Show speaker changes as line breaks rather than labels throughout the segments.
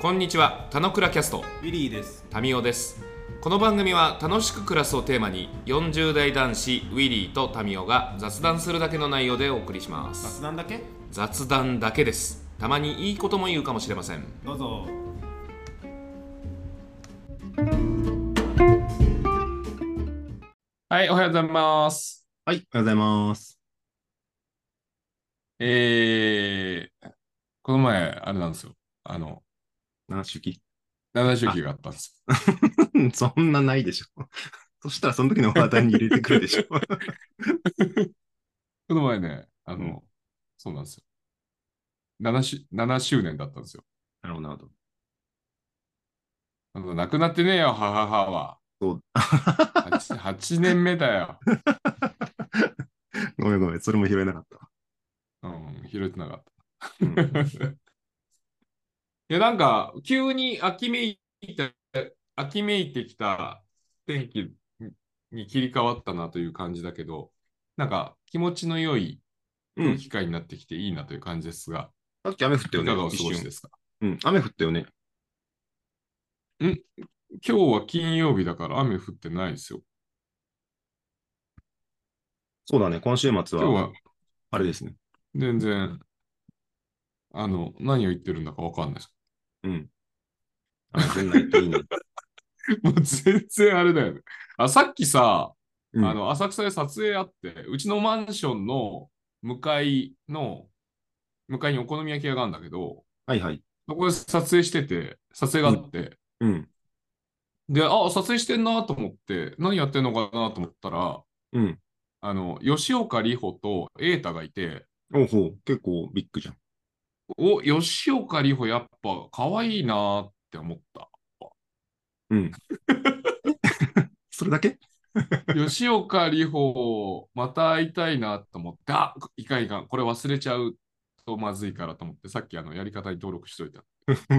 こんにちは、たのくらキャスト、
ウィリーです。
タミオです。この番組は楽しく暮らすをテーマに、40代男子ウィリーとタミオが雑談するだけの内容でお送りします。
雑談だけ
雑談だけです。たまにいいことも言うかもしれません。
どうぞ。
はい、おはようございます。
はい、おはようございます。
えー、この前、あれなんですよ。あの、
七周期。
七周期があったんですよ。
そんなないでしょ。 そしたらその時の話題に入れてくるでしょ。
この前ね、あの、
うん
そうなんですよ。7, し7周年だったんですよ。
なるほど、なるほど。
あのなくなってねえよ、母はは。
そう
8, 8年目だよ。
ごめんごめん、それも拾えなかったわ。
うん、拾えてなかっ
う
た。
ん
いや、なんか、急に秋めいて、秋めいてきた天気に切り替わったなという感じだけど、なんか、気持ちの良い
うん、
機会になってきていいなという感じですが、
さっき雨降ったよ
いかがお
ね。
過
一
ごし
瞬
で
です。
すか
うん、雨降ったよね。
今日は金曜日だから雨降ってないですよ。
そうだね、今週末
今日
は、
は
あれですね。
全然、あの、何を言ってるんだかわかんないです。
うん。あ、全然いいね。
もう全然あれだよね。あ、さっきさ、
うん
あの、浅草で撮影あって、うちのマンションの向かいの、向かいにお好み焼き屋があるんだけど、
はいはい。
そこで撮影してて、撮影があって、
うん、
で、あ、撮影してんなと思って、何やってんのかなと思ったら、
うん。
あの、吉岡里帆と瑛太がいて、
おうほう、結構ビッグじゃん。
お、吉岡里帆やっぱ可愛いなーって思った。
それだけ
吉岡里帆、また会いたいなと思って、あ、いかんいかん、これ忘れちゃうとまずいからと思って、さっきあのやり方に登録しといた。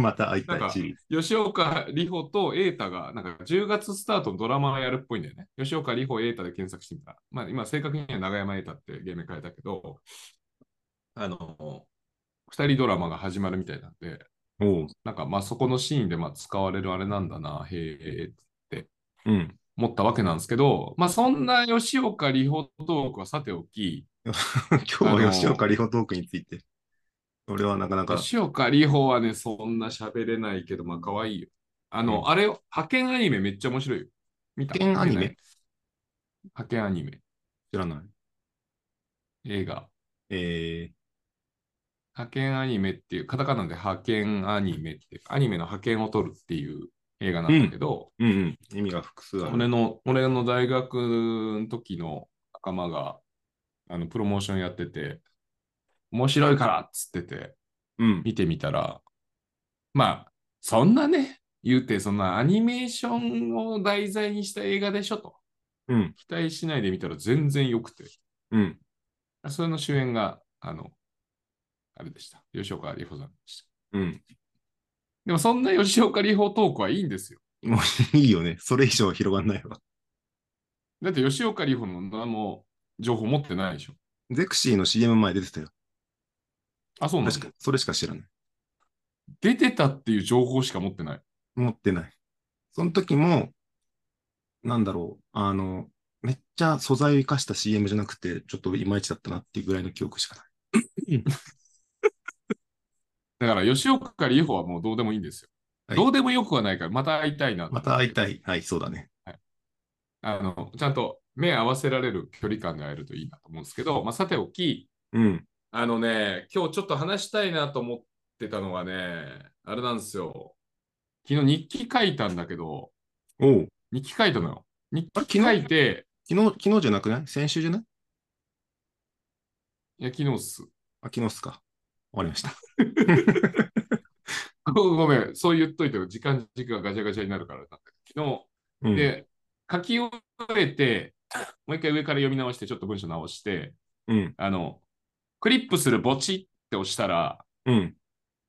また会いた
なん
い
か
し。
吉岡里帆と瑛太が、なんか10月スタートのドラマをやるっぽいんだよね。吉岡里帆瑛太で検索してみた。まあ今、正確には永山瑛太って芸名変えたけど、あの、2人ドラマが始まるみたいなんで、
おう。
なんかまあそこのシーンでまあ使われるあれなんだな、へえ
うん。
思ったわけなんですけど、まあそんな吉岡里帆トークはさておき、
今日は吉岡里帆トークについて。俺はなかなか、
吉岡里帆はね、そんな喋れないけど、まあ可愛いよ。あの、
う
あれよ、派遣アニメめっちゃ面白いよ。見た
派遣アニメ
見てない派遣アニメ、
知らない。
映画。
え
派遣アニメっていう、カタカナで派遣アニメっていう、アニメの派遣を取るっていう映画なんだけど、
ー、うんうん。意味が複数ある。
俺の、俺の大学の時の仲間が、あの、プロモーションやってて、面白いからっつってて、
うん。
見てみたら、まあ、そんなね、言うて、そんなアニメーションを題材にした映画でしょと、
うん。
期待しないで見たら全然良くて、
うん。
それの主演が、あの、あれでした。吉岡里帆さんでした。
うん。
でも、そんな吉岡里帆トークはいいんですよ。
もういいよね。それ以上広がんないわ。
だって、吉岡里帆の何も情報持ってないでしょ。
ゼクシーの CM 前出てたよ。
あ、そうなんだ
確か、それしか知らない。
出てたっていう情報しか持ってない。
持ってない。その時も、なんだろう、あの、めっちゃ素材を生かした CM じゃなくて、ちょっといまいちだったなっていうぐらいの記憶しかない。
だから、吉岡里帆はもうどうでもいいんですよ。
はい
どうでもよくはないから、また会いたいなと思
ま
って
た会いたい。はい、そうだね。
あの、ちゃんと目合わせられる距離感で会えるといいなと思うんですけど、まあ、さておき、
うん。
あのね、今日ちょっと話したいなと思ってたのがね、あれなんですよ。昨日日記書いたんだけど、
おう。
日記書いたのよ。日
あれ、
記
昨
書
日
い、て、
昨日、昨日じゃなくない先週じゃない
いや、昨日っす。
あ、昨日っすか。わかりま した。
ごごめん、そう言っといて時間軸がガチャガチャになるからなんだけど、昨日、
うん、
で、書き終えて、もう一回上から読み直して、ちょっと文章直して、
うん、
あの、クリップするボチって押したら、
うん。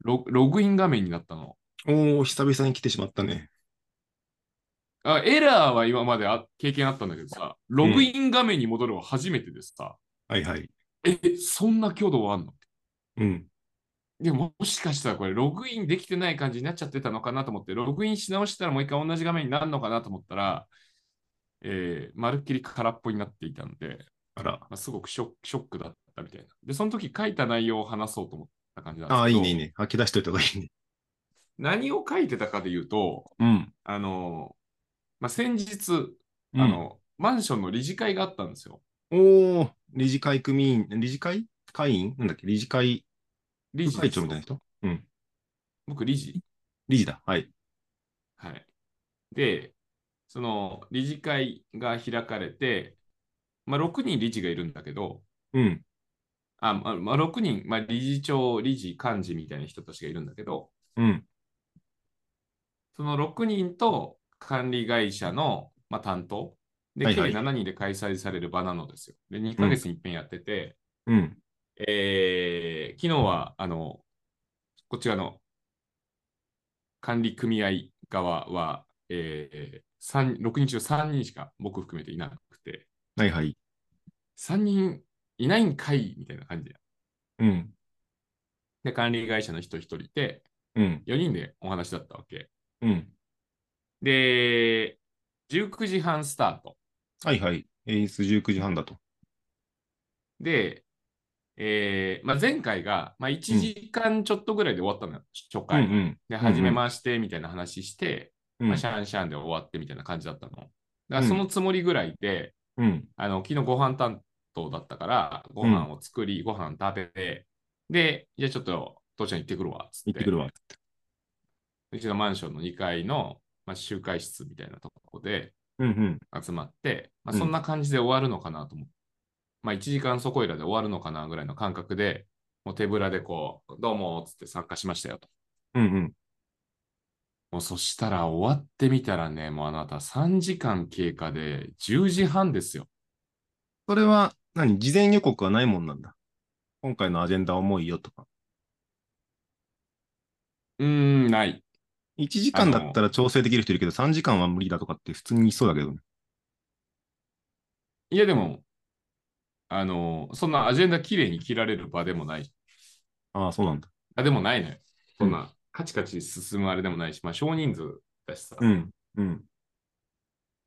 ロログイン画面になったの。
おお久々に来てしまったね。
あエラーは今まであ経験あったんだけどさ、ログイン画面に戻るは初めてでさ、
はいはい。
え、そんな挙動あんの
うん。
でも、もしかしたらこれ、ログインできてない感じになっちゃってたのかなと思って、ログインし直したらもう一回同じ画面になるのかなと思ったら、えー、まるっきり空っぽになっていたので、
あら。
まあ、すごくショックショックだったみたいな。で、その時書いた内容を話そうと思った感じなんですけど、
ああ、いいね、いいね。吐き出しといた方がいいね。
何を書いてたかで言うと、
うん。
あの、まあ、先日、あの、マンションの理事会があったんですよ。
うん、おお、理事会組員、理事会会員なんだっけ理事会、
理
理
事
事
で
会
す
長みたいな人うん。
僕、理事。
理事だ。はい。
はい。で、その理事会が開かれて、まあ、6人理事がいるんだけど、
うん。
あまあまあ、6人、まあ、理事長、理事、幹事みたいな人たちがいるんだけど、
うん。
その6人と管理会社の、まあ、担当で、
はい
計
はい
7人で開催される場なのですよ。で、2ヶ月に一遍やってて、
うん。
えー昨日は、あの、こちらの管理組合側は、えー、3 6人中3人しか僕含めていなくて、
はいはい。
3人いないんかいみたいな感じで、
うん。
で管理会社の人1人いて、
うん。
4人でお話だったわけ。
うん。
で、19時半スタート。
はいはい。エース19時半だと。
で、えーまあ、前回が、まあ、1時間ちょっとぐらいで終わったのよ、初
うん
回。
うん。
で、
ん
始めましてみたいな話して、
うん
まあ、シャンシャンで終わってみたいな感じだったの。だから
うん
そのつもりぐらいで、
うん。
あの昨日ご飯担当だったから、ご飯を作り、ご飯食べて、で、じゃあちょっと父ちゃん行ってくるわっつって、
行ってくるわ。
うちのマンションの2階の、まあ、集会室みたいなところで
うんうん。
集まって、まあ、
うん
そんな感じで終わるのかなと思う。まあ、1時間そこいらで終わるのかなぐらいの感覚で、もう手ぶらでこう、どうもっつって参加しましたよと。
うんうん。
もうそしたら終わってみたらね、もうあなた3時間経過で10時半ですよ。
それは何、事前予告はないもんなんだ。今回のアジェンダ重いよとか。
うーん、ない。
1時間だったら調整できる人いるけど、3時間は無理だとかって普通に言いそうだけどね。
いやでも、あの、そんなアジェンダ綺麗に切られる場でもない。
ああ、そうなんだ。
あ、でもないのよ。そんな、カチカチ進むあれでもないし、まあ少人数だしさ。
うん。うん。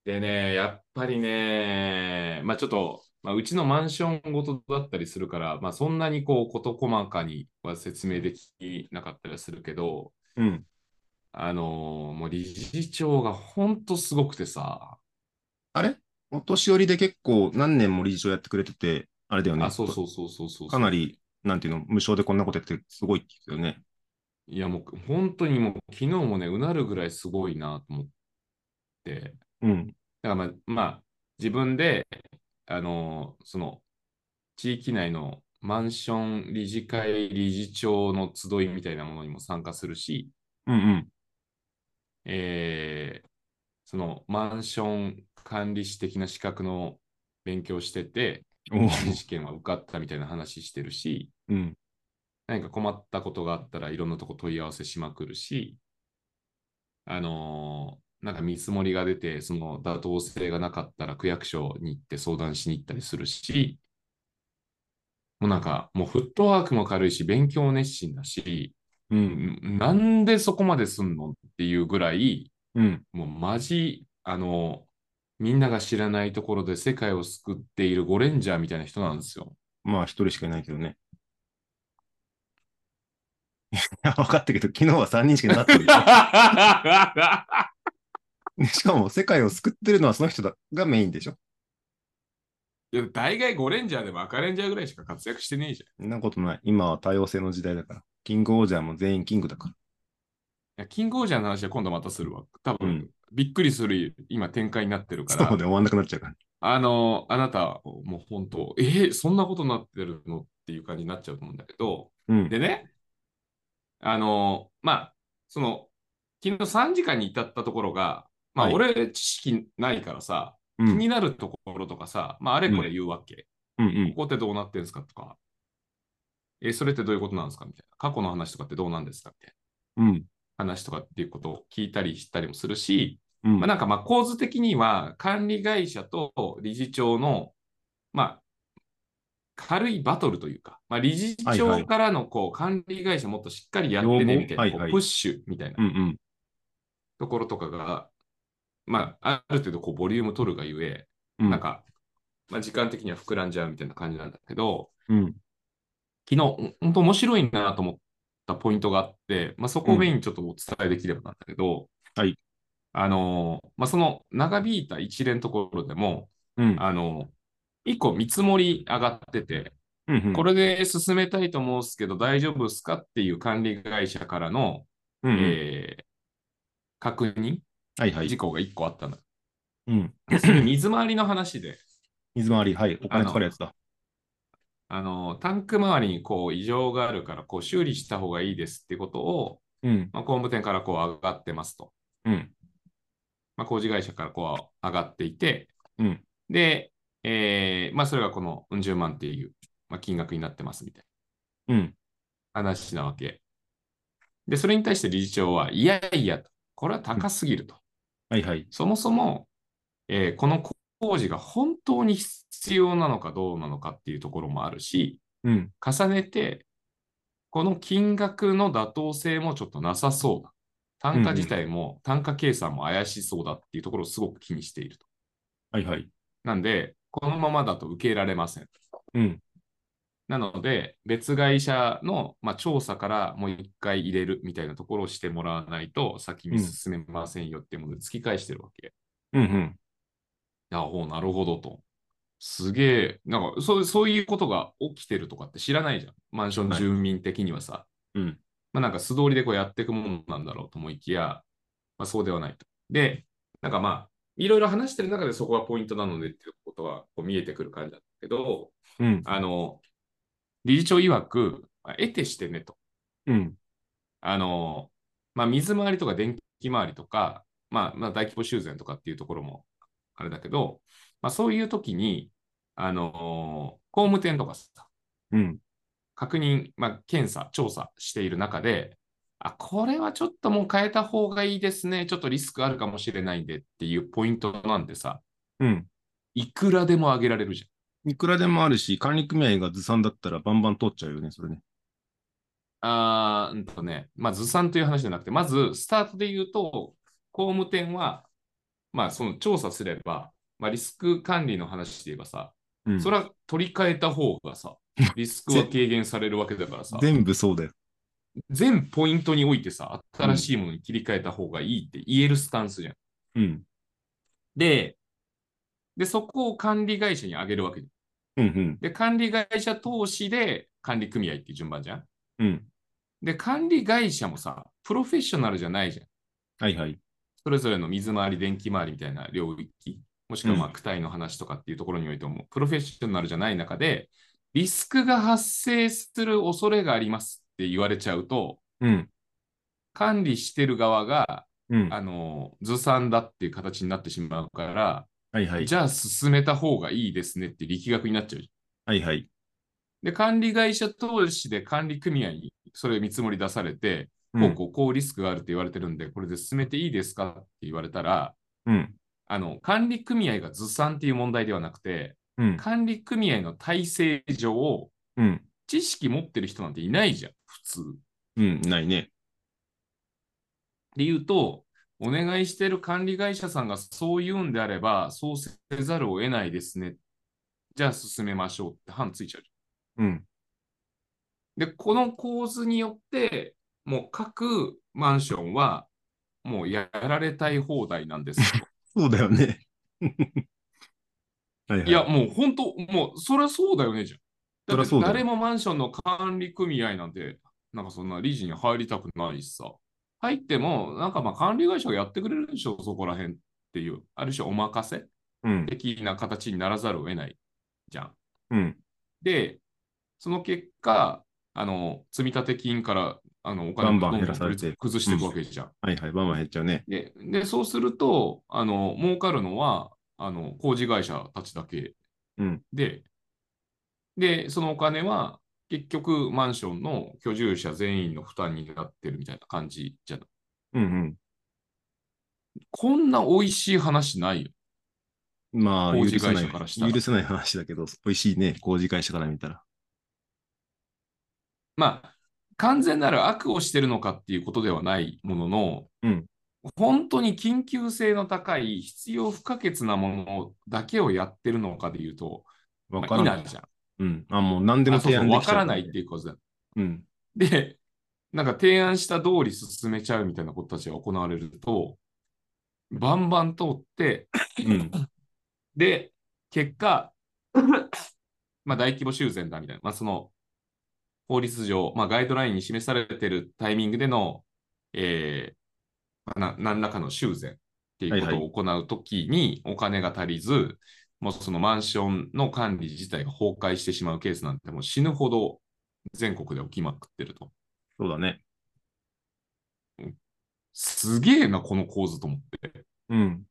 でね、やっぱりね、まあちょっと、まあ、うちのマンションごとだったりするから、まあそんなにこう、事細かには説明できなかったりはするけど、
うん。
あのーもう理事長がほんとすごくてさ、
あれお年寄りで結構何年も理事長やってくれてて、あれだよね。
あ、そうそうそうそうそう。
かなり、なんていうの、無償でこんなことやってすごいって言うよね。
いやもう本当にもう昨日もね、うなるぐらいすごいなと思って。
うん。
だからまあ、まあ、自分で、あのーその、地域内のマンション理事会理事長の集いみたいなものにも参加するし、
うんうん。
えーそのマンション管理士的な資格の勉強してて、
おお。
試験は受かったみたいな話してるし、
うん。
何か困ったことがあったらいろんなとこ問い合わせしまくるし、あのーなんか見積もりが出て、その妥当性がなかったら区役所に行って相談しに行ったりするし、もうなんか、もうフットワークも軽いし、勉強熱心だし、
う
ん
ん。
なんでそこまですんのっていうぐらい、
うん。
もうマジ、あのみんなが知らないところで世界を救っているゴレンジャーみたいな人なんですよ。
まあ、一人しかいないけどね。いや、分かったけど、昨日は3人しかいなかったんだよねしかも、世界を救ってるのはその人だがメインでしょ。
いや、大概ゴレンジャーでも赤レンジャーぐらいしか活躍してねえじ
そんなことない。今は多様性の時代だから。キングオージャーも全員キングだか
ゃ
ら。
ん。いや、キングオージャーの話は今度またするわ。多分、
うん
びっくりする今展開になってるか
そ
ら
うで、終わんなくなっちゃうから。
あの、あなた、もう本当、えーそんなことになってるのっていう感じになっちゃうと思うんだけど、
うん。
でね、あの、まあ、その、昨日3時間に至ったところが、まあ、
はい
俺、知識ないからさ、
う
気
ん。
になるところとかさ、まあ、あれこれ言うわけ。
うんうん。
ここってどうなってんですかとか、え、それってどういうことなんですかみたいな。過去の話とかってどうなんですかみたい
うん。
な話とかっていうことを聞いたりしたりもするし、
うん
まあ、なんかまあ構図的には管理会社と理事長の、まあ、軽いバトルというか、まあ、理事
はいは
長
い
からのこう管理会社もっとしっかりやってねみたいな、
要望
こう
はいはい
プッシュみたいな
うんうん。
ところとかが、まあ、ある程度こうボリューム取るがゆえ、
うん
なんか、まあ、時間的には膨らんじゃうみたいな感じなんだけど、
うん。
昨日、本当面白いなと思ったポイントがあって、まあ、そこをメインにちょっとお伝えできればなんだけど、
はい
あのーまあ、その長引いた一連のところでも、
うん。
あのー、1個見積もり上がってて、
うんうん
これで進めたいと思うんですけど、大丈夫ですかっていう管理会社からの、
うんうん
えー確認、
はいはい。
事項が1個あったの。
うん。
要するに水回りの話で、
水回り、はい。お金かかるやつだ。
あのタンク周りにこう異常があるからこう修理した方がいいですってことを、
うん。
まあ、工務店からこう上がってますと、
うん。
まあ、工事会社からこう上がっていて、
うん
で、えーまあ、それがこのうん十万っていう、まあ、金額になってますみたい
うん。
な話なわけ。で、それに対して理事長はいやいやと、これは高すぎると。
はいはい。
そもそも、えーこの工事が本当に必要なのかどうなのかっていうところもあるし、
うん。
重ねて、この金額の妥当性もちょっとなさそうだ。単価自体も、単価計算も怪しそうだっていうところをすごく気にしていると。
はいはい。
なんで、このままだと受け入れられません。
うん。
なので、別会社の、まあ、調査からもう一回入れるみたいなところをしてもらわないと、先に進めませんよっていうもので突き返してるわけ。
うんうん。
あおうなるほどと。すげえ、なんかそう、そういうことが起きてるとかって知らないじゃん。マンション
はい
住民的にはさ。
うん
まあ、なんか素通りでこうやっていくものなんだろうと思いきや、まあ、そうではないと。で、なんかまあ、いろいろ話してる中でそこがポイントなのでっていうことはこう見えてくる感じだけど、
うん。
あの、理事長曰く、まあ得てしてねと。
うん。
あの、まあ、水回りとか電気回りとか、まあ、まあ、大規模修繕とかっていうところもあれだけど、まあ、そういう時に、あの工務店とかさ、
うん。
確認、まあ、検査、調査している中で、あ、これはちょっともう変えた方がいいですね。ちょっとリスクあるかもしれないんでっていうポイントなんでさ、
うん。
いくらでも上げられるじゃん。
いくらでもあるし、管理組合がずさんだったらバンバン通っちゃうよね、それね。
あーうんとね、まあ、ずさんという話じゃなくて、まずスタートで言うと、工務店は、まあ、その調査すれば、まあ、リスク管理の話で言えばさ、
うん。
それは取り替えた方がさ、リスクは軽減されるわけだからさ、
全部そうだよ。
全ポイントにおいてさ、新しいものに切り替えた方がいいって言えるスタンスじゃん。
うん。
で、で、そこを管理会社に上げるわけじゃん。
うん
で、管理会社投資で管理組合っていう順番じゃん。
うん。うん。
で、管理会社もさ、プロフェッショナルじゃないじゃん。
はいはい。
それぞれの水回り、電気回りみたいな領域、もしくはまあ
うん
躯体の話とかっていうところにおいても、プロフェッショナルじゃない中で、リスクが発生する恐れがありますって言われちゃうと、
うん。
管理してる側が、
うん。
あの、ずさんだっていう形になってしまうから、
はいはい。
じゃあ進めた方がいいですねって力学になっちゃうじ
はいはい。
ゃん。で、管理会社投資で管理組合にそれ見積もり出されて、こ
うん
うこうこうリスクがあるって言われてるんで、これで進めていいですかって言われたら、
うん。
あの、管理組合がずさんっていう問題ではなくて、
うん。
管理組合の体制上、
うん。
知識持ってる人なんていないじゃん、普通。
うん。ないね。
で言うと、お願いしてる管理会社さんがそう言うんであれば、そうせざるを得ないですね。じゃあ進めましょうって判ついちゃう。
うん。
で、この構図によって、もう各マンションは、もうやられたい放題なんですよ。
そうだよね。 はいはい。
いや、もう本当、もう、そりゃそうだよね、じゃん。だっ
そりゃ
て
そうだよ
誰もマンションの管理組合なんて、なんかそんな理事に入りたくないしさ。入っても、なんかまあ管理会社がやってくれるでしょ、そこら辺っていう、ある種お任せ
うん。
的な形にならざるを得ないじゃん。
うん。
で、その結果、あの積立金からあのお
バ
金
ン
が
バ
どん
ン減
ど
ら
ん
さ
崩
れて
崩していくわけじゃん。
はいはい。バンバン減っちゃうね。
でで、そうすると、あの儲かるのはあの工事会社たちだけ
うん。
で、で、そのお金は結局マンションの居住者全員の負担になってるみたいな感じじゃない。
うん
こんな美味しい話ないよ。
うまあ、
工
許
事
せ
会
ない
社からしたら
許せない話だけど、美味しいね、工事会社から見たら。
まあ、完全なる悪をしてるのかっていうことではないものの、
うん
本当に緊急性の高い必要不可欠なものだけをやってるのかで言うと、
わ
ま
か
あ、
ら
い
な
ないい。じゃん。
うん。あ、もう何でも
あそう
提
そ
案
う
で
わ
きちゃ
か
う
らないっていうことだ。
うん。
で、なんか提案した通り進めちゃうみたいなことたちが行われると、バンバン通って、
うん。
で、結果、まあ大規模修繕だみたいな、まあその法律上、まあガイドラインに示されてるタイミングでの、えーな何らかの修繕っていうことを行うときにお金が足りず、もうそのマンションの管理自体が崩壊してしまうケースなんてもう死ぬほど全国で起きまくってると。
そうだね。
すげえな、この構図と思って。
うん。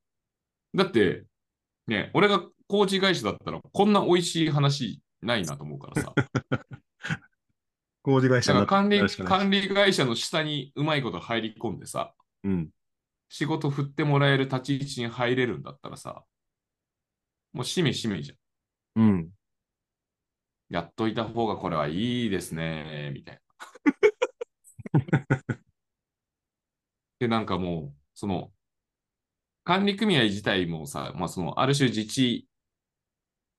だって、ね、俺が工事会社だったら、こんな美味しい話ないなと思うから さ。だ
工事会社
か
だ
ら管理
確かに
管理会社の下にうまいこと入り込んでさ、
うん。
仕事振ってもらえる立ち位置に入れるんだったらさ、もうしめしめじゃん。
うん。
やっといた方がこれはいいですね、みたいな。 で、なんかもう、その、管理組合自体もさ、まあ、その、ある種自治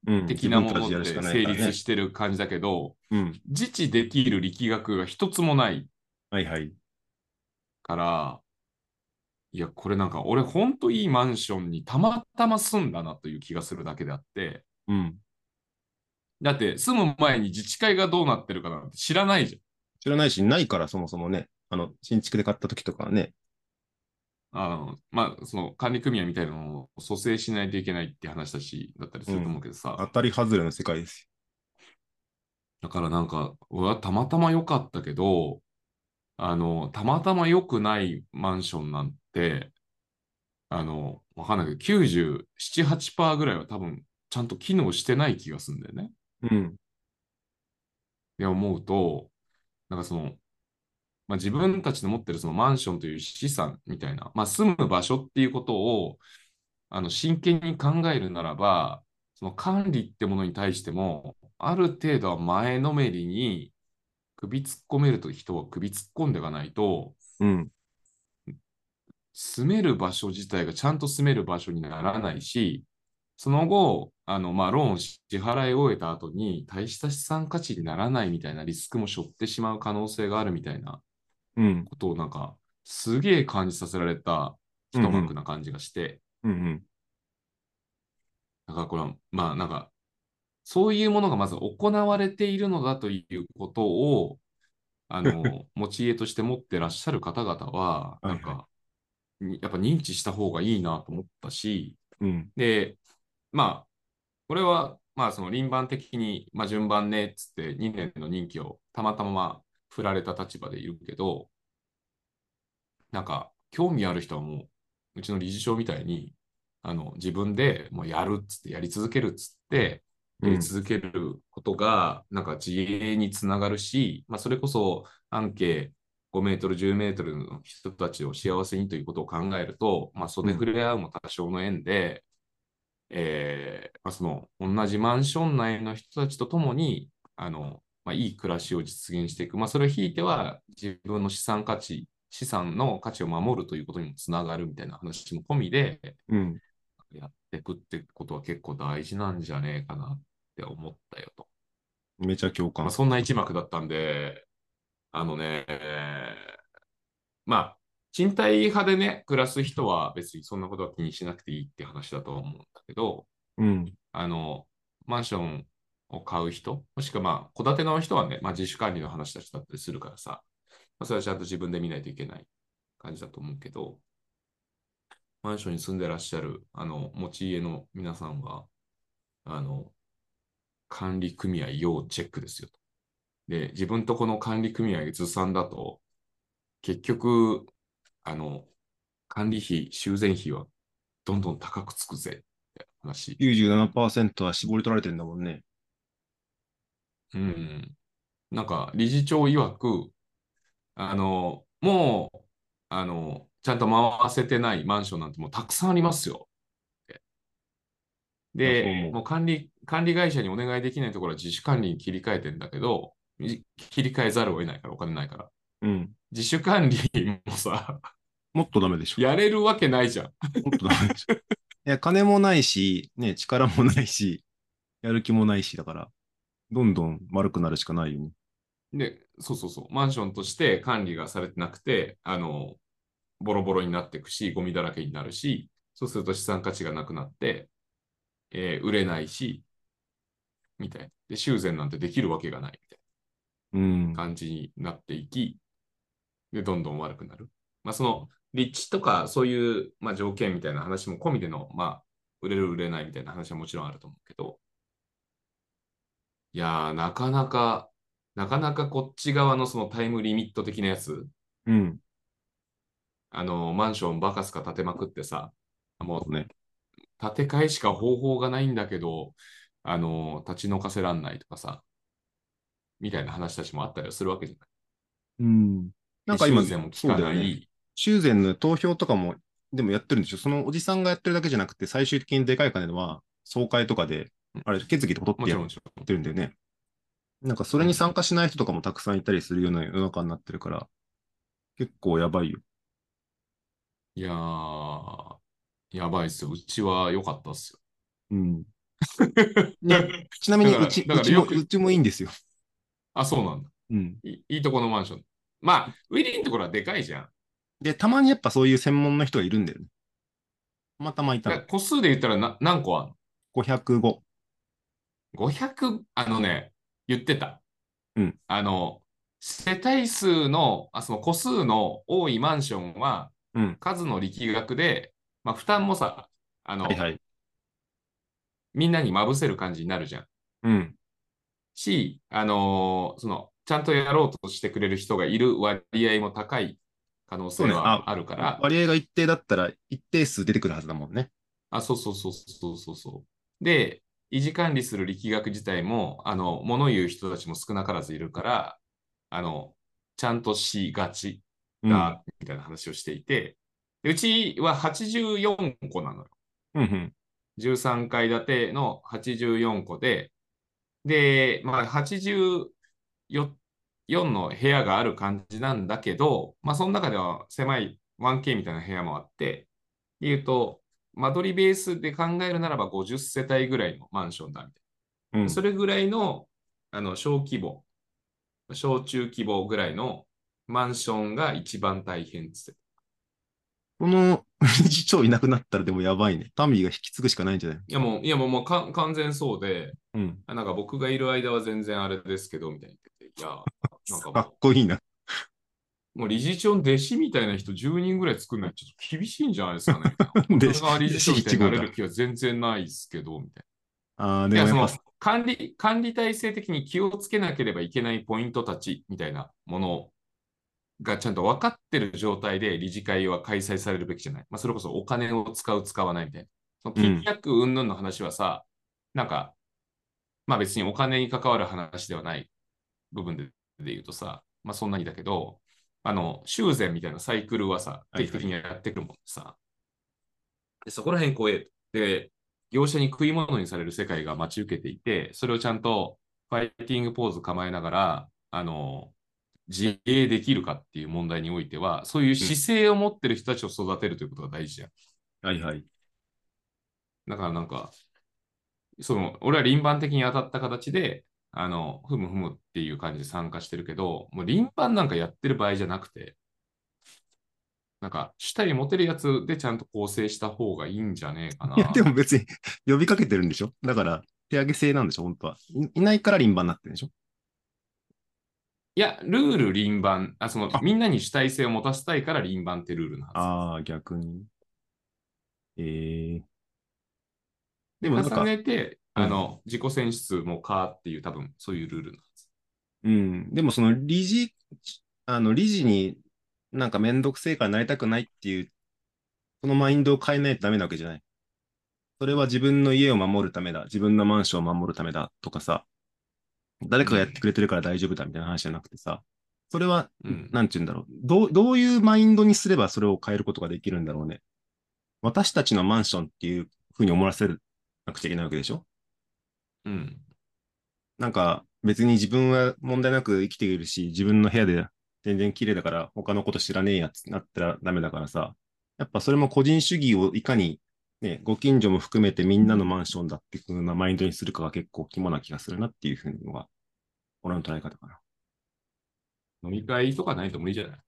うん。
的なも
自分たちや
の
る
で
しかない
成
からね
立してる感じだけど、
うん。
自治できる力学が一つもない
はいはい。
から、いや、これなんか俺ほんといいマンションにたまたま住んだなという気がするだけであって、
うん。
だって住む前に自治会がどうなってるかなんて知らないじ
知らないし、ないから、そもそもね。あの、新築で買った時とかはね。
ゃん。あの、まあ、その管理組合みたいなのを蘇生しないといけないって話だし、だったりすると思うけどさ、
当たり外れの世界ですよ。
だからなんか、うわたまたま良かったけど、あの、たまたま良くないマンションなんて、あの、わかんないけど、97、8%ぐらいは多分、ちゃんと機能してない気がするんだよね。
うん。
で、思うと、なんかその、まあ、自分たちの持ってるそのマンションという資産みたいな、まあ、住む場所っていうことをあの真剣に考えるならば、その管理ってものに対しても、ある程度は前のめりに首突っ込めると人は首突っ込んでいかないと、
うん。
住める場所自体がちゃんと住める場所にならないし、その後、あのまあ、ローンを支払い終えた後に大した資産価値にならないみたいなリスクも背負ってしまう可能性があるみたいな
うん。
ことをなんかすげえ感じさせられた一幕な感じがして、
うんうん。
だからこれはまあなんかそういうものがまず行われているのだということをあの持ち家として持ってらっしゃる方々はなんか、
はい
にやっぱ認知した方がいいなと思ったし、
うん。
で、まあ、これは、まあ、その輪番的に、まあ、順番ねっつって2年の任期をたまたま振られた立場でいるけど、なんか、興味ある人はもう、うちの理事長みたいに、あの自分でもうやるっつって、やり続けるっつって、
う
やり
ん。
続けることが、なんか自衛につながるし、まあ、それこそ、半径5メートル、10メートルの人たちを幸せにということを考えると、まあ、袖触れ合うも多少の縁で、えーまあ、その同じマンション内の人たちと共にあの、まあ、いい暮らしを実現していく、まあ、それをひいては自分の資産価値、資産の価値を守るということにもつながるみたいな話も込みで
うん。
やっていくってことは結構大事なんじゃねえかなって思ったよと。
めちゃ共
まあ、
感。
そんな一幕だったんで、あのね、まあ、賃貸派でね、暮らす人は別にそんなことは気にしなくていいって話だとは思うんだけど、
うん。
あの、マンションを買う人、もしくはまあ、戸建ての人はね、まあ、自主管理の話だったりするからさ、まあ、それはちゃんと自分で見ないといけない感じだと思うけど、マンションに住んでらっしゃる、あの、持ち家の皆さんは、あの、管理組合要チェックですよと。で、自分とこの管理組合ずさんだと、結局、あの、管理費、修繕費はどんどん高くつくぜって話。
97%は絞り取られてんだもんね。
うん。なんか、理事長曰く、あの、もう、あの、ちゃんと回せてないマンションなんてもうたくさんありますよ。って
いやそう思
で、
う
もう管理、管理会社にお願いできないところは自主管理に切り替えてんだけど、い切り替えざるを得ないから、お金ないから。
うん。
自主管理もさ、
もっとダメでしょ。
やれるわけないじゃん。
もっとダメでしょ。 いや、金もないし、ね、力もないし、やる気もないし、だから、どんどん悪くなるしかないよね。
で、そうそうそう、マンションとして管理がされてなくて、あの、ボロボロになっていくし、ゴミだらけになるし、そうすると資産価値がなくなって、えー売れないし、みたいな。で、修繕なんてできるわけがないみたい
うん
な。感じになっていき、で、どんどん悪くなる。まあ、その、立地とか、そういう、まあ、条件みたいな話も込みでの、まあ、売れる、売れないみたいな話はもちろんあると思うけど、いやー、なかなか、なかなかこっち側のそのタイムリミット的なやつ、
うん。
あの、マンションバカすか建てまくってさ、も
そうね。
う建て替えしか方法がないんだけど、あの、立ち退かせらんないとかさ、みたいな話たちもあったりはするわけじゃない。
うん。なんか今、
修繕も聞か
そう
な
だよね
い。
修繕の投票とかも、でもやってるんでしょそのおじさんがやってるだけじゃなくて、最終的にでかい金は、総会とかで
うん、
あれ、決議で取っ
も
て
ち
や
ろん、
っ
もちろん。
てるんだよね。なんか、それに参加しない人とかもたくさんいたりするような世の中になってるから、結構やばいよ。
いやー、やばいっすよ。うちは良かったっすよ。
うん。ねちなみに、
だから
うち、
だ
う
から
ちも、
よく
うちもいいんですよ。
あ、そうなんだ。
うん。
いいいとこのマンション。まあ、ウィリーのところはでかいじゃん。
で、たまにやっぱそういう専門の人がいるんだよね。たまたまいた
だから
の。
個数で言ったらな何個あんの
505。
500、あのね、言ってた。
うん
あの、世帯数の、あ、その個数の多いマンションは、
うん
数の力学で、まあ、負担もさ、あの、
はいはい。
みんなにまぶせる感じになるじゃん。
うん。
し、あのーその、ちゃんとやろうとしてくれる人がいる割合も高い可能
そう
性
ねあ
はあるから、
割合が一定だったら、一定数出てくるはずだもんね。
あ、そうそうそうそうそうそう。で、維持管理する力学自体も、あの、物言う人たちも少なからずいるから、あの、ちゃんとしがち
うん。
だ、みたいな話をしていて、でうちは84個なのよ。
うんうん。
13階建ての84個で、で、まあ、84の部屋がある感じなんだけど、まあ、その中では狭い 1K みたいな部屋もあって、で言うと、間取りベースで考えるならば50世帯ぐらいのマンションだみたいな。
うん。
それぐらいのあの小規模、小中規模ぐらいのマンションが一番大変っつって。
この 理事長いなくなったらでもやばいね。タミーが引き継ぐしかないんじゃない
いやもう、いやもうもうか完全そうで、
うん。
あなんか僕がいる間は全然あれですけど、みたいに言ってて、いや、なんか
かっ
も
こいいな。
う、もう理事長の弟子みたいな人10人ぐらい作んないとちょっと厳しいんじゃないですかね。みたいな、
で
僕が理事長みたいになれる
だ
気は全然ないですけど、みたい
ああ、
な。
で
いや、
も
そ
や
の
っぱ、
管理、管理体制的に気をつけなければいけないポイントたち、みたいなものがちゃんと分かってる状態で理事会は開催されるべきじゃない。まあ、それこそお金を使う、使わないみたいな。その
うん
金額云々の話はさ、なんか、まあ別にお金に関わる話ではない部分でで言うとさ、まあそんなにだけど、あの、修繕みたいなサイクルはさ、
いはい
定期的にやってくるもんさ。でそこら辺こうえ、で、業者に食い物にされる世界が待ち受けていて、それをちゃんとファイティングポーズ構えながら、あの、自衛できるかっていう問題においては、そういう姿勢を持ってる人たちを育てるということが大事じゃん。
はいはい。
だからなんか、その、俺は輪番的に当たった形で、あの、ふむふむっていう感じで参加してるけど、もう輪番なんかやってる場合じゃなくて、なんか、主体持てるやつでちゃんと構成した方がいいんじゃねえかな。
いや、でも別に呼びかけてるんでしょだから、手上げ制なんでしょ本当は。いいないから輪番になってるんでしょ
いやルール輪番、あ、その
あ、
みんなに主体性を持たせたいから輪番ってルールなんです。
ああ、逆に。ええ
で、
でもなんか
重ねて、
うん
あの、自己選出もかっていう、多分、そういうルールなんです。
うん。でもその理事、あの理事になんかめんどくせえからなりたくないっていう、そのマインドを変えないとダメなわけじゃない。それは自分の家を守るためだ、自分のマンションを守るためだとかさ、誰かがやってくれてるから大丈夫だみたいな話じゃなくてさ、それは、
うん
なんて言うんだろう。どう、どういうマインドにすればそれを変えることができるんだろうね。私たちのマンションっていうふうに思わせるなくちゃいけないわけでしょ
うん。
なんか別に自分は問題なく生きているし、自分の部屋で全然綺麗だから他のこと知らねえやつなったらダメだからさ、やっぱそれも個人主義をいかに、ね、ご近所も含めてみんなのマンションだっていう風なマインドにするかが結構肝な気がするなっていうふうには、俺の捉え方かな。
飲み会とかないと無理じゃない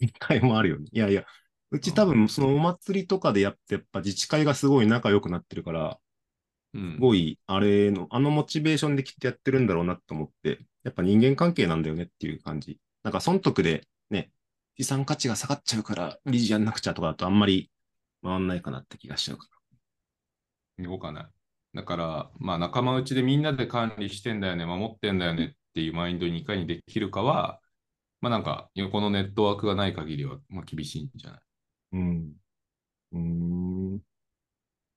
一回もあるよね。いやいや、うち多分そのお祭りとかでやって、やっぱ自治会がすごい仲良くなってるから、
うん
す。ごい、あれの、あのモチベーションできっとやってるんだろうなと思って、やっぱ人間関係なんだよねっていう感じ。なんか損得でね、資産価値が下がっちゃうから、理事やんなくちゃとかだとあんまり回んないかなって気がしちゃうか
動かない。だから、まあ、仲間内でみんなで管理してんだよね、守ってんだよねっていうマインドにいかにできるかは、まあなんか横のネットワークがない限りは、まあ、厳しいんじゃない
ら。うん。うーん。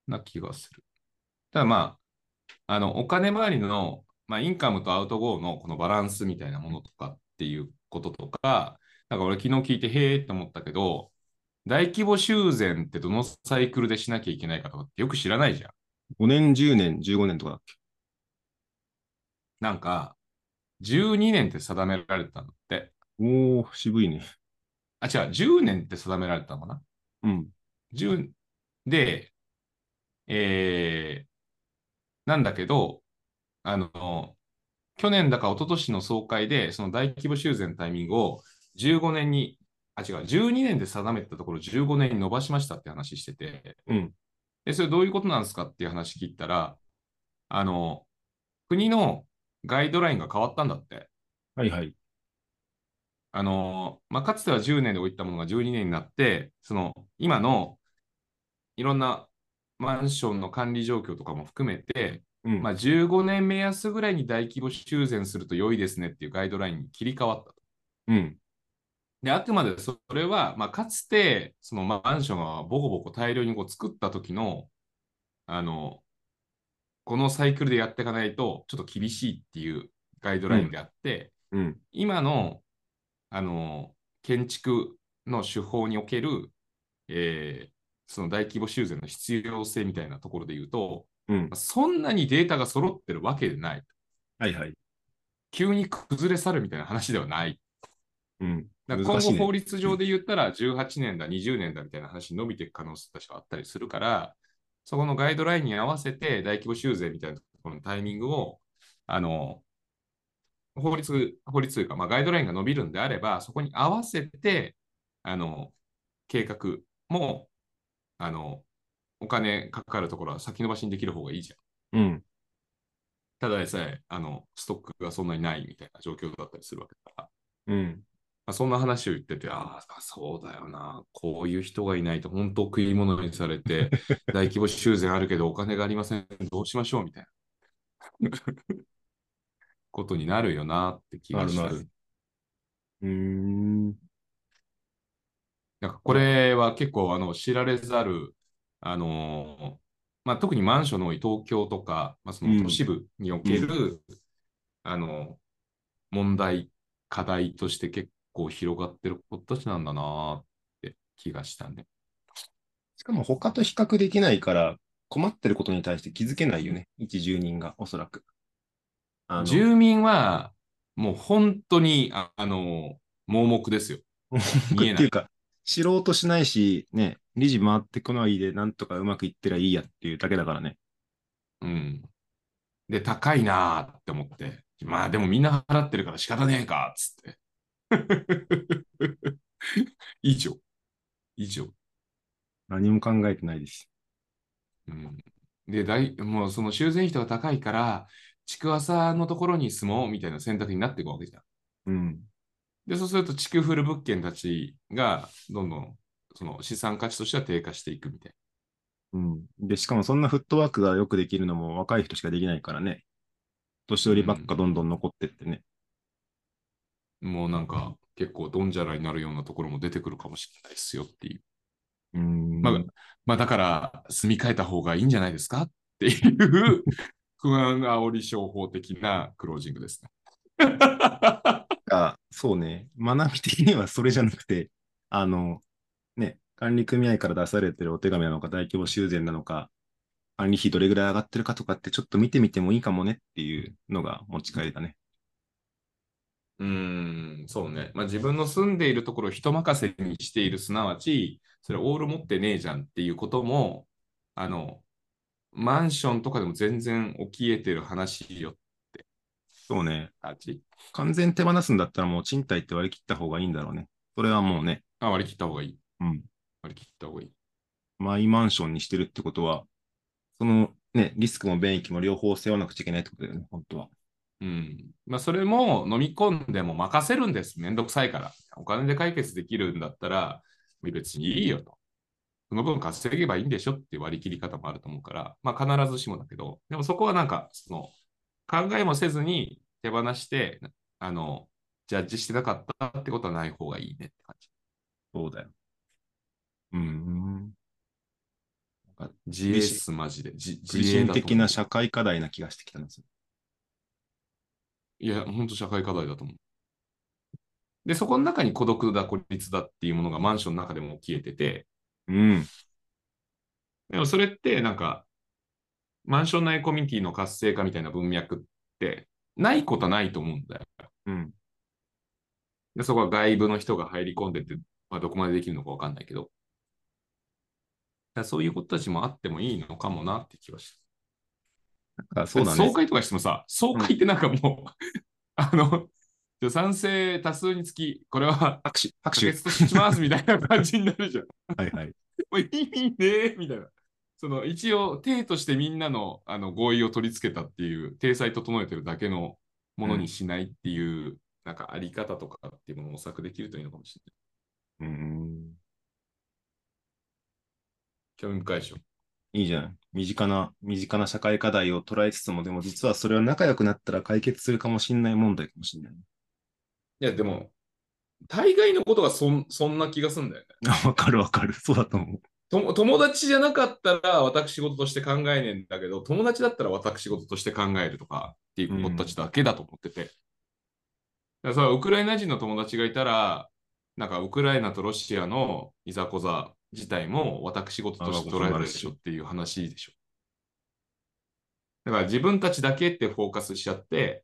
な気がする。ただまあ、あのお金周りの、まあ、インカムとアウトゴーのこのバランスみたいなものとかっていうこととか、なんか俺昨日聞いてへえって思ったけど、大規模修繕ってどのサイクルでしなきゃいけないかとかってよく知らないじゃん。
5年、10年、15年とかだっけ
なんか、12年って定められてたんだって。
おー、渋いね。
あ、違う、10年って定められてたのかな
うん。
10で、えー、なんだけど、あの、去年だか一昨年の総会で、その大規模修繕のタイミングを15年に、あ、違う、12年で定めてたところ15年に伸ばしましたって話してて、
うん。
で、それどういうことなんですかっていう話聞いたら、あの、国のガイドラインが変わったんだって。
はいはい。
あのまあ、かつては10年で置いたものが12年になって、その今のいろんなマンションの管理状況とかも含めて、
うん。
まあ、15年目安ぐらいに大規模修繕すると良いですねっていうガイドラインに切り替わったと。
うん。
で、あくまでそれは、まあ、かつてそのマンションがボコボコ大量にこう作った時の、あの、このサイクルでやっていかないとちょっと厳しいっていうガイドラインであって、
うん。
今の、あの建築の手法における、えーその大規模修繕の必要性みたいなところで言うと、
うん
まあ。そんなにデータが揃ってるわけでない。
はいはい。
急に崩れ去るみたいな話ではない。
うん。
だから今
難しい
後
ね
法律上で言ったら18年だ、20年だみたいな話に伸びていく可能性としてはあったりするから、そこのガイドラインに合わせて大規模修繕みたいなところのタイミングを、あの、法律、法律というか、まあ、ガイドラインが伸びるんであれば、そこに合わせて、あの、計画も、あの、お金かかるところは先延ばしにできる方がいいじゃん。
うん。
ただでさえ、あの、ストックがそんなにないみたいな状況だったりするわけだから。
うん。
まあ、そんな話を言ってて、ああ、そうだよな、こういう人がいないと、本当食い物にさ れて、大規模修繕あるけど、お金がありません、どうしましょうみたいな ことになるよなって気がし
な
た
るなる。うーん。
なんかこれは結構あの知られざる、あのーまあ、特にマンションの多い東京とか、まあ、その都市部における、あの問題、課題として結構広がってることたちなんだなって気がしたね。
しかも他と比較できないから、困ってることに対して気づけないよね。一住人が、おそらく。あの、
住民はもう本当にあ、あの盲目ですよ。見え
っ
な
ていう
い。
か、知ろうとしないし、ね、理事回ってこないで、なんとかうまくいってりゃいいやっていうだけだからね。
うん、で、高いなって思って、まあでもみんな払ってるから仕方ねえかっつって。 以上。以上。
何も考えてないです。
うん、で大、もうその修繕費とか高いから、築浅のところに住もうみたいな選択になっていくわけじゃん。
うん。
で、そうすると、地球フル物件たちが、どんどん、その資産価値としては低下していくみたい
うん。で、しかもそんなフットワークがよくできるのも若い人しかできないからね。年寄りばっかどんどん残ってってね。
な。もうなんか、結構どんじゃらになるようなところも出てくるかもしれないですよっていう。
うん。
まあ、まあだから、住み替えた方がいいんじゃないですかっていう 不安煽り商法的なクロージングですね。
が、そうね、学び的にはそれじゃなくて、あの、ね、管理組合から出されてるお手紙なのか、大規模修繕なのか、管理費どれぐらい上がってるかとかってちょっと見てみてもいいかもねっていうのが持ち帰りだね。
うーん、そうね。まあ、自分の住んでいるところを人任せにしている、すなわち、それオール持ってねえじゃんっていうことも、あの、マンションとかでも全然起きえてる話よ、
そうね。
たち。
完全手放すんだったらもう賃貸って割り切った方がいいんだろうね。それはもうね、
あ、割り切った方がいい。
うん。
割り切った方がいい。
マイマンションにしてるってことは、そのね、リスクも便益も両方背負わなくちゃいけないってことだよね、本当は。
うん。まあ、それも飲み込んでも任せるんです。めんどくさいから。お金で解決できるんだったら、別にいいよと。その分稼げばいいんでしょっていう割り切り方もあると思うから、まあ、必ずしもだけど、でもそこはなんか、その、考えもせずに手放して、あの、ジャッジしてなかったってことはない方がいいねって感じ。
そうだよ。うん。
なんか自衛っす、マジで。じ
個
自衛
人
だと思う
的な社会課題な気がしてきたんですよ。
いや、本当社会課題だと思う。で、そこの中に孤独だ、孤立だっていうものがマンションの中でも消えてて、
うん。
でもそれってなんか、マンション内コミュニティの活性化みたいな文脈って、ないことはないと思うんだよ。
うん。
で、そこは外部の人が入り込んでって、まあ、どこまでできるのかわかんないけど。だからそういうことたちもあってもいいのかもなって気はし
なんか
た。
そうだ
総
ね。
会とかしてもさ、総会ってなんかもう、 あの、じゃあ賛成多数につき、これは
拍手、拍
可
手。
決としますみたいな感じになるじゃん。
はいはい。
もう意味ねえみたいな。その一応、体としてみんなのあの合意を取り付けたっていう、体裁整えてるだけのものにしないっていう、なんかあり方とかっていうものを模索できるといいのかもしれない。
うん。
興味深いでしょ。
いいじゃん。身近な、身近な社会課題を捉えつつも、でも実はそれは仲良くなったら解決するかもしれない問題かもしれない。
いや、でも、大概のことがそんそんな気がするんだよ ね
あわかるわかる。そうだと思う。
と。友達じゃなかったら私事として考えねえんだけど、友達だったら私事として考えるとかっていう子たちだけだと思ってて。だからそれはウクライナ人の友達がいたら、なんかウクライナとロシアのいざこざ自体も私事として捉えるでしょっていう話でしょ。だから自分たちだけってフォーカスしちゃって、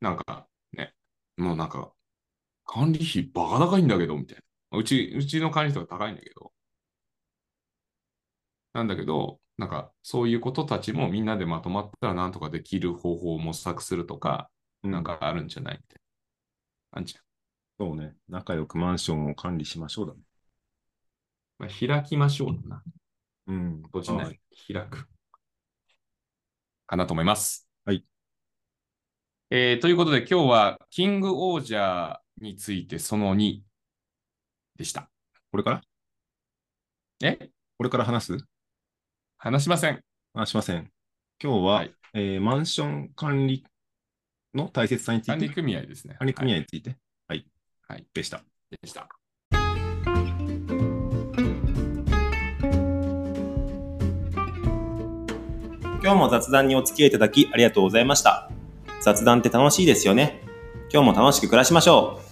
なんかね、もうなんか管理費バカ高いんだけどみたいな。うちうちの管理費とか高いんだけど。なんだけど、なんかそういうことたちもみんなでまとまったらなんとかできる方法を模索するとか、
う
なん、かあるんじゃないみたいな。あんじゃん。
そうね。仲良くマンションを管理しましょうだね。
まあ、開きましょうだな。
うん。
閉じな。
はい
開く。かなと思います。
はい。
えーということで今日はキングオージャーについてその2でした。
これから
え
これから話す
話しません。
話しません。今日は、
はい
えーマンション管理の大切さについ
管
て
理、組合ですね。
管理組合
はい
について、はい、
はい
でした。
でした。
今日も雑談にお付き合いいただきありがとうございました。雑談って楽しいですよね。今日も楽しく暮らしましょう。